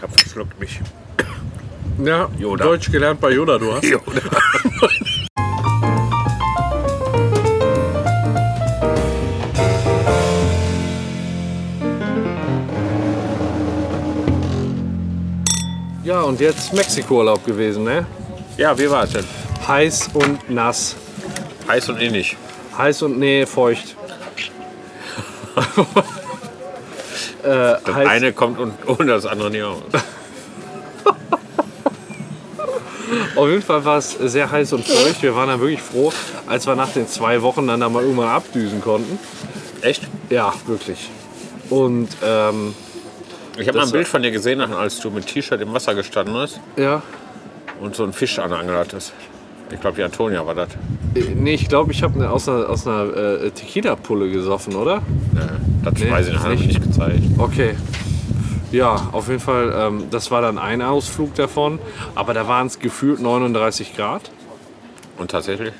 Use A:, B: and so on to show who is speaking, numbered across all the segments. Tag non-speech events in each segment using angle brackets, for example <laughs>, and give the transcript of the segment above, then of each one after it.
A: Hab verschluckt mich.
B: Ja,
A: Yoda.
B: Deutsch gelernt bei Yoda, du hast. <laughs> Ja, und jetzt Mexiko-Urlaub gewesen, ne?
A: Ja, wie war es denn?
B: Heiß und nass.
A: Heiß und innig.
B: Heiß und nee, feucht. <laughs> äh,
A: Das
B: heiß-
A: eine kommt und <laughs> ohne das andere nicht aus.
B: Auf jeden Fall war es sehr heiß und feucht. Wir waren dann wirklich froh, als wir nach den zwei Wochen dann da mal irgendwann abdüsen konnten.
A: Echt?
B: Ja, wirklich. Und ähm,
A: Ich habe mal ein
B: war-
A: Bild von dir gesehen, als du mit T-Shirt im Wasser gestanden hast
B: ja,
A: und so einen Fisch angeangelt hattest. Ich glaube, die Antonia war das.
B: äh, nee, ich glaube, ich habe ne, aus einer, aus einer äh, Tequila-Pulle gesoffen, oder?
A: Nee, Äh, das weiß ich nicht, haben wir nicht gezeigt.
B: Okay. Ja, auf jeden Fall, ähm, das war dann ein Ausflug davon. Aber da waren es gefühlt 39 Grad,
A: Und tatsächlich?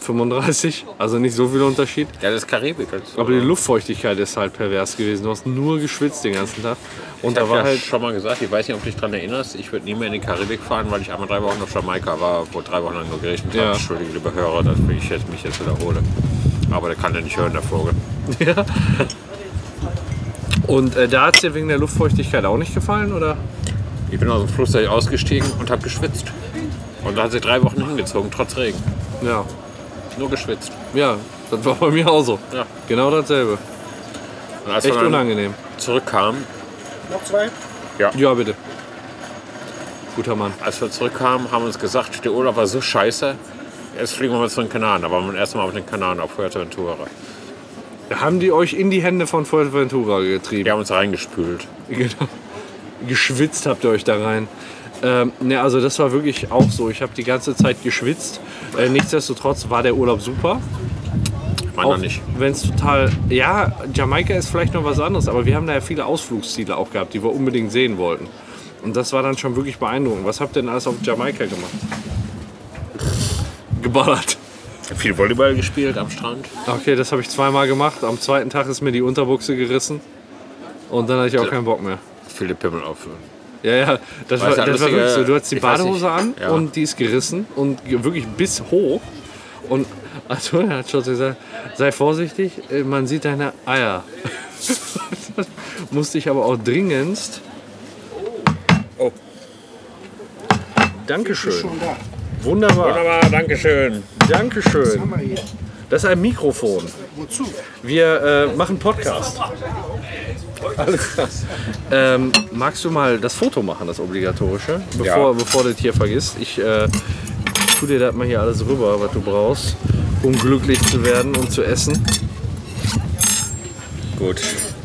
B: 35, also nicht so viel Unterschied.
A: Ja, das ist Karibik. Das
B: Aber die Luftfeuchtigkeit ist halt pervers gewesen. Du hast nur geschwitzt den ganzen Tag. Und
A: ich
B: da
A: habe
B: war
A: ja
B: halt
A: schon mal gesagt, ich weiß nicht, ob du dich daran erinnerst, ich würde nie mehr in die Karibik fahren, weil ich einmal drei Wochen auf Jamaika war, wo drei Wochen lang nur gerechnet
B: Ja.
A: habe. Entschuldige, liebe Hörer, dass ich jetzt, mich jetzt wiederhole. Aber der kann ja nicht hören, der Vogel.
B: Ja. Und äh, da hat es dir wegen der Luftfeuchtigkeit auch nicht gefallen, oder?
A: Ich bin aus dem Flugzeug ausgestiegen und habe geschwitzt. Und da hat sie drei Wochen hingezogen, trotz Regen.
B: Ja.
A: Nur geschwitzt.
B: Ja, das war bei mir auch so.
A: Ja.
B: Genau dasselbe.
A: Und als
B: Echt
A: wir dann
B: unangenehm.
A: zurückkamen,
C: Noch zwei?
B: Ja, bitte. Guter Mann.
A: als wir zurückkamen, haben wir uns gesagt, der Urlaub war so scheiße, jetzt fliegen wir mal zu den Kanaren. Da waren wir erstmal auf den Kanaren, auf Fuerteventura.
B: Haben die euch in die Hände von Fuerteventura getrieben?
A: Die haben uns reingespült.
B: Genau. Geschwitzt habt ihr euch da rein. Ähm, ne, also das war wirklich auch so. Ich habe die ganze Zeit geschwitzt. Äh, nichtsdestotrotz war der Urlaub super.
A: Meiner nicht.
B: Wenn es total. Ja, Jamaika ist vielleicht noch was anderes, aber wir haben da ja viele Ausflugsziele auch gehabt, die wir unbedingt sehen wollten. Und das war dann schon wirklich beeindruckend. Was habt ihr denn alles auf Jamaika gemacht? Geballert.
A: Viel Volleyball gespielt am Strand.
B: Okay, das habe ich zweimal gemacht. Am zweiten Tag ist mir die Unterbuchse gerissen. Und dann hatte ich auch keinen Bock mehr.
A: Viele Pimmel aufhören.
B: Ja, ja, das war,
A: Weißt du,
B: das war
A: lustige-
B: wirklich so. Du hattest die
A: ich weiß nicht.
B: Badehose an
A: Ja.
B: und die ist gerissen und ge- wirklich bis hoch. Und also er hat schon gesagt, sei vorsichtig, äh, man sieht deine Eier. <laughs> Das Musste ich aber auch dringendst.
A: Oh.
B: Dankeschön.
C: Schon da.
B: Wunderbar.
A: Wunderbar, Dankeschön.
B: Dankeschön.
C: Haben wir hier.
B: Das ist ein Mikrofon.
C: Wozu?
B: Wir äh, machen Podcast. Alles klar. Ähm, magst du mal das Foto machen, das obligatorische, bevor,
A: Ja.
B: bevor du das hier vergisst? Ich äh, tu dir das mal hier alles rüber, was du brauchst, um glücklich zu werden und zu essen.
A: Gut.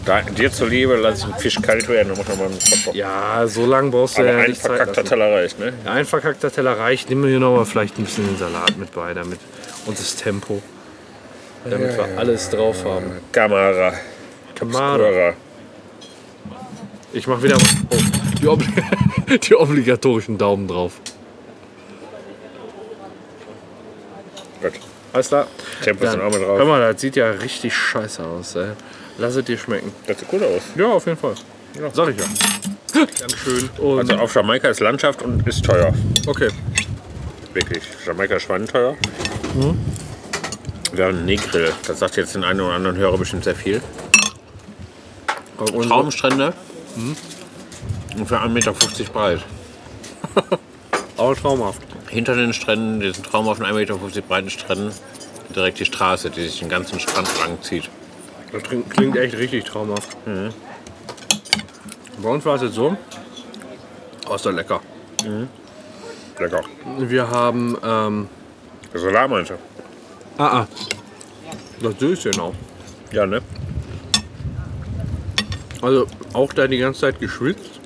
A: Da, dir zuliebe, lass den Fisch kalt werden und mach nochmal einen Kopf.
B: Ja, so lange brauchst du
A: Aber
B: ja
A: ein
B: nicht Zeit
A: verkackter
B: lassen.
A: Teller reicht, ne?
B: Ein verkackter Teller reicht. Nimm mir hier nochmal vielleicht ein bisschen den Salat mit bei, damit und das Tempo, damit wir alles drauf haben.
A: Kamera.
B: Kamada.
A: Kamera.
B: Ich mach wieder oh, die, obli <laughs> die obligatorischen Daumen drauf.
A: Gut.
B: Alles klar.
A: Tempo sind auch mit
B: Hör
A: drauf.
B: mal, das sieht ja richtig scheiße aus, ey. Lass es dir schmecken.
A: Das sieht gut aus.
B: Ja, auf jeden Fall. Sag ich ja. Dankeschön. Und
A: Also auf Jamaika ist Landschaft und ist teuer.
B: Also, okay.
A: Wirklich. Jamaika ist schweineteuer. Mhm. Wir haben einen Negril. Das sagt jetzt den einen oder anderen Hörer bestimmt sehr viel. Traumstrände. Mhm. Und für 1,50 Meter breit.
B: Auch traumhaft.
A: Hinter den Stränden, diesen traumhaften 1,50 Meter breiten Stränden, direkt die Straße, die sich den ganzen Strand lang zieht.
B: Das klingt, klingt echt richtig traumhaft. Mhm. Bei uns war es jetzt so. Oh, ist doch lecker.
A: Lecker.
B: Wir haben. Ähm,
A: Salat meinst du?
B: ah, ah. Das Döschen auch.
A: Ja, ne?
B: Also auch da die ganze Zeit geschwitzt.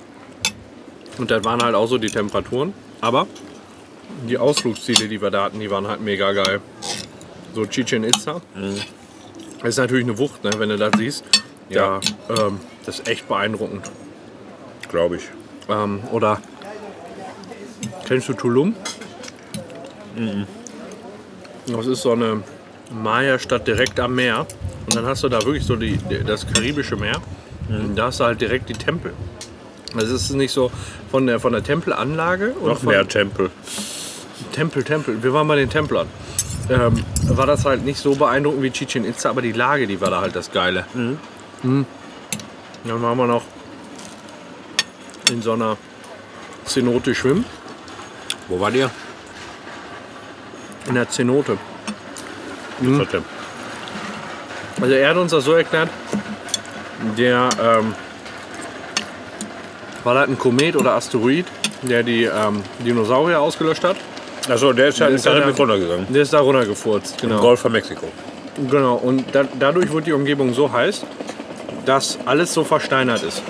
B: Und das waren halt auch so die Temperaturen. Aber die Ausflugsziele, die wir da hatten, die waren halt mega geil. So Chichen Itza. Das ist natürlich eine Wucht, ne, wenn du das siehst. Ja.
A: Ja.
B: ähm, das ist echt beeindruckend.
A: Glaube ich.
B: Ähm, oder kennst du Tulum? Mhm. Das ist so eine Maya-Stadt direkt am Meer. Und dann hast du da wirklich so die, das karibische Meer.
A: Mhm.
B: Und da hast du halt direkt die Tempel. Also es ist nicht so von der, von der Tempelanlage und
A: Noch
B: von,
A: mehr Tempel.
B: Tempel, Tempel. Wir waren bei den Templern. Ähm, war das halt nicht so beeindruckend wie Chichen Itza, aber die Lage, die war da halt das Geile. Mhm. Dann waren wir noch in so einer Zenote schwimmen.
A: Wo war ihr?
B: In der Zenote.
A: Mhm. Tempel.
B: Also er hat uns das so erklärt, der ähm, war halt ein Komet oder Asteroid, der die ähm, Dinosaurier ausgelöscht hat.
A: Achso, der ist halt ja in den
B: ist ja
A: Karibik
B: der-
A: runtergegangen.
B: Der ist da runtergefurzt, genau.
A: Golf von Mexiko.
B: Genau, und da, dadurch wird die Umgebung so heiß, dass alles so versteinert ist.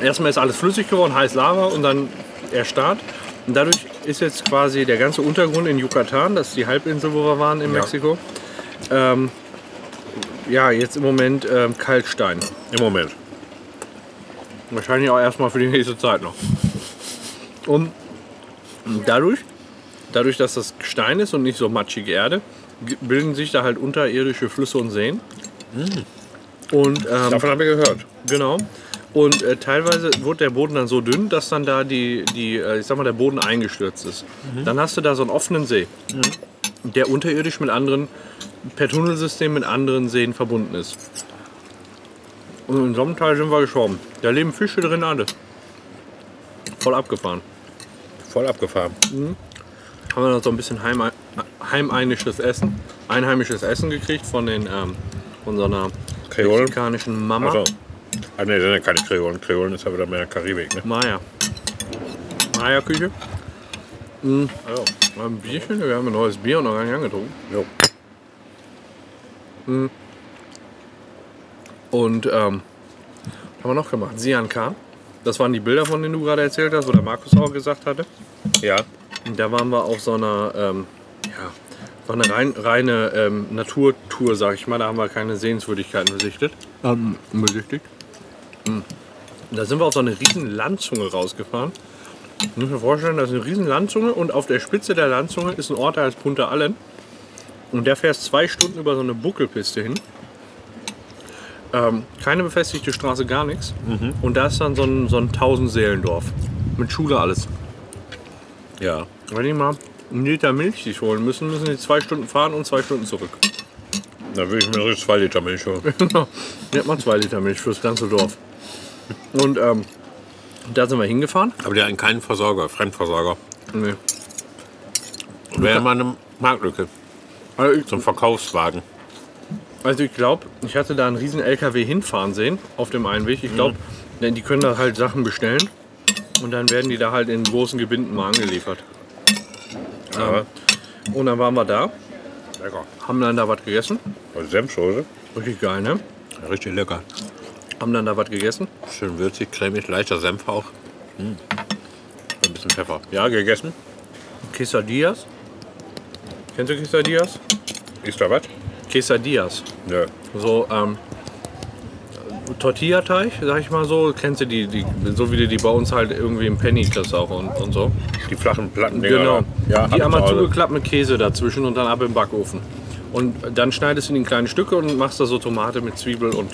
B: Erstmal ist alles flüssig geworden, heiß Lava und dann erstarrt. Und dadurch ist jetzt quasi der ganze Untergrund in Yucatan, das ist die Halbinsel, wo wir waren in
A: Ja.
B: Mexiko, ähm, ja, jetzt im Moment ähm, Kalkstein.
A: Im Moment.
B: Wahrscheinlich auch erstmal für die nächste Zeit noch. Und dadurch, dadurch, dass das Stein ist und nicht so matschige Erde, g- bilden sich da halt unterirdische Flüsse und Seen. Und ähm,
A: Davon habe ich gehört.
B: genau. Und äh, teilweise wurde der Boden dann so dünn, dass dann da die, die äh, ich sag mal, der Boden eingestürzt ist. Dann hast du da so einen offenen See, der unterirdisch mit anderen, per Tunnelsystem mit anderen Seen verbunden ist. Und in so einem Teil sind wir gestorben. Da leben Fische drin, alle. Voll abgefahren.
A: Voll abgefahren.
B: Haben wir noch so ein bisschen heime- heimeinisches Essen, einheimisches Essen gekriegt von den, ähm, von so einer
A: Kreolen?
B: mexikanischen Mama.
A: Achso. Ah, ne, sind ja keine Kreolen. Kreolen ist ja wieder mehr in der Karibik. Ne?
B: Maya. Maya-Küche.
A: Also,
B: Mal Ein Bierchen, wir haben ein neues Bier und noch gar nicht angetrunken.
A: jo.
B: Und ähm, was haben wir noch gemacht? Sian K. Das waren die Bilder, von denen du gerade erzählt hast, wo der Markus auch gesagt hatte.
A: Ja.
B: Und da waren wir auf so einer, ähm, ja, war eine rein, reine ähm, Naturtour, sag ich mal. Da haben wir keine Sehenswürdigkeiten besichtigt. Ähm, besichtigt. Da sind wir auf so eine riesen Landzunge rausgefahren. Ich muss mir vorstellen, das ist eine riesen Landzunge und auf der Spitze der Landzunge ist ein Ort, der heißt Punta Allen. Und der fährst zwei Stunden über so eine Buckelpiste hin. Ähm, keine befestigte Straße, gar nichts. Und da ist dann so ein, so ein Tausendseelendorf. Mit Schule alles.
A: Ja.
B: Wenn die mal einen Liter Milch sich holen müssen, müssen die zwei Stunden fahren und zwei Stunden zurück. <laughs>
A: Da will ich mir richtig zwei Liter Milch holen.
B: Hier hat man zwei Liter Milch fürs ganze Dorf. Und ähm, da sind wir hingefahren.
A: Aber die hatten keinen Versorger, Fremdversorger.
B: Nee.
A: Wäre mal eine Marktlücke.
B: Also ich,
A: Zum Verkaufswagen.
B: also ich glaube, ich hatte da einen riesen LKW hinfahren sehen auf dem Einweg. Ich
A: Mhm.
B: glaube, denn die können da halt Sachen bestellen und dann werden die da halt in großen Gebinden mal angeliefert. Ähm,
A: Aber
B: Und dann waren wir da,
A: lecker.
B: haben dann da was gegessen.
A: Und Senfsoße?
B: Richtig geil, ne?
A: Richtig lecker.
B: Haben dann da was gegessen.
A: Schön würzig, cremig, leichter Senf auch. Hm. Ein bisschen Pfeffer. Ja, gegessen.
B: Quesadillas. Kennst du Quesadillas?
A: Ist da was?
B: Quesadillas.
A: Nö.
B: So, ähm, Tortillateig, sag ich mal so. Kennst du die, die, so wie du die bei uns halt irgendwie im Penny kriegst auch und, und so.
A: Die flachen Platten.
B: Genau.
A: Ja,
B: die
A: hab ich
B: einmal
A: zu Hause.
B: zugeklappt mit Käse dazwischen und dann ab im Backofen. Und dann schneidest du die in kleine Stücke und machst da so Tomate mit Zwiebel und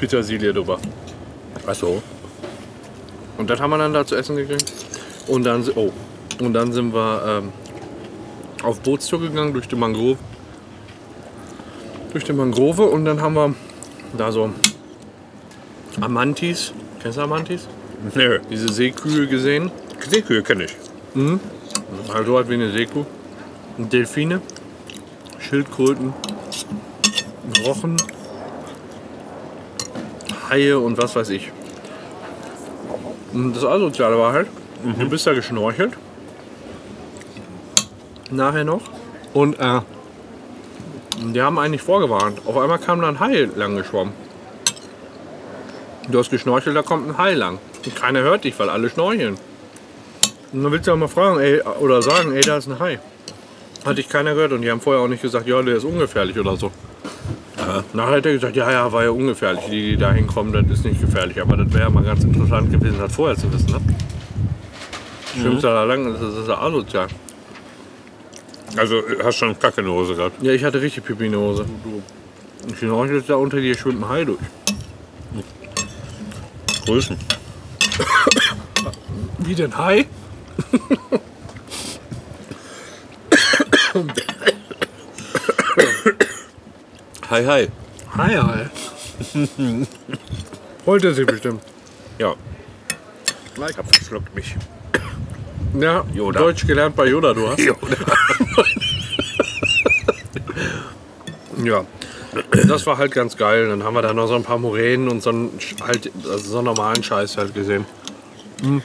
B: Petersilie drüber.
A: Ach so.
B: Und das haben wir dann da zu essen gekriegt. Und dann, si- oh, und dann sind wir ähm, auf Bootstour gegangen durch die Mangrove. Durch die Mangrove und dann haben wir da so Amantis. Kennst du Amantis?
A: Nö.
B: Diese Seekühe gesehen.
A: Seekühe kenne ich.
B: Also halt wie eine Seekuh. Und Delfine, Schildkröten, Rochen, Haie und was weiß ich. Und das Asoziale war halt, du bist da geschnorchelt. Nachher noch. Und äh, die haben eigentlich vorgewarnt. Auf einmal kam da ein Hai lang geschwommen. Du hast geschnorchelt, da kommt ein Hai lang. Und keiner hört dich, weil alle schnorcheln. Und dann willst du auch mal fragen ey, oder sagen, ey, da ist ein Hai. Hatte ich keiner gehört und die haben vorher auch nicht gesagt, ja, der ist ungefährlich oder so. Nachher hat er gesagt, ja, ja, war ja ungefährlich. Die, die da hinkommen, das ist nicht gefährlich. Aber das wäre ja mal ganz interessant gewesen, das vorher zu wissen. Ne? Schwimmst du da lang, das ist ja asozial.
A: Also hast schon Kacke in der Hose gehabt.
B: Ja, ich hatte richtig Pipi in der Hose. Ich schnorchel jetzt da unter dir schwimmt ein Hai durch.
A: Grüßen.
B: Wie denn? Hi?
A: Hi, hi.
B: Hi, <laughs> hi. Wollte sie bestimmt.
A: Ja. Ich hab verschluckt mich.
B: Ja,
A: Yoda.
B: Deutsch gelernt bei Yoda, du hast. <laughs> Ja, das war halt ganz geil. Dann haben wir da noch so ein paar Muränen und so einen, Sch- halt, also so einen normalen Scheiß halt gesehen. Mm.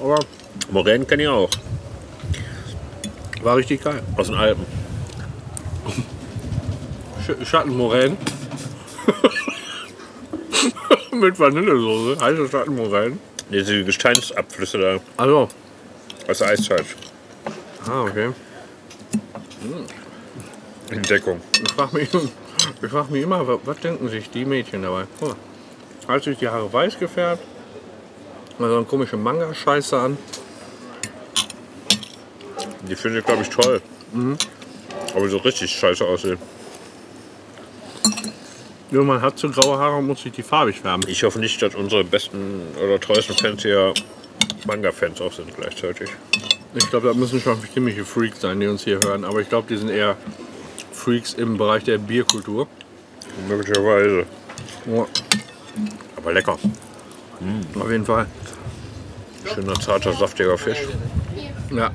B: Aber
A: Moränen kenne ich auch.
B: war richtig geil.
A: Aus den Alpen.
B: Sch Schattenmuränen. <laughs> Mit Vanillesoße, heiße Schattenmuränen.
A: Diese Gesteinsabflüsse da
B: Also,
A: aus der Eiszeit.
B: ah, okay.
A: Entdeckung.
B: Ich frage mich, ich frag mich immer, wa- was denken sich die Mädchen dabei? Guck mal, hat sich die Haare weiß gefärbt, mal so einen komischen Manga-Scheiße an.
A: Die finde ich, glaube ich, toll. Mhm. Aber so richtig scheiße aussehen.
B: Nur man hat zu graue Haare und muss sich die farbig färben.
A: Ich hoffe nicht, dass unsere besten oder treuesten Fans hier Manga-Fans auch sind gleichzeitig.
B: Ich glaube, da müssen schon ziemliche Freaks sein, die uns hier hören. Aber ich glaube, die sind eher Freaks im Bereich der Bierkultur.
A: Möglicherweise.
B: Ja,
A: Aber lecker.
B: auf jeden Fall.
A: Schöner, zarter, saftiger Fisch.
B: Ja,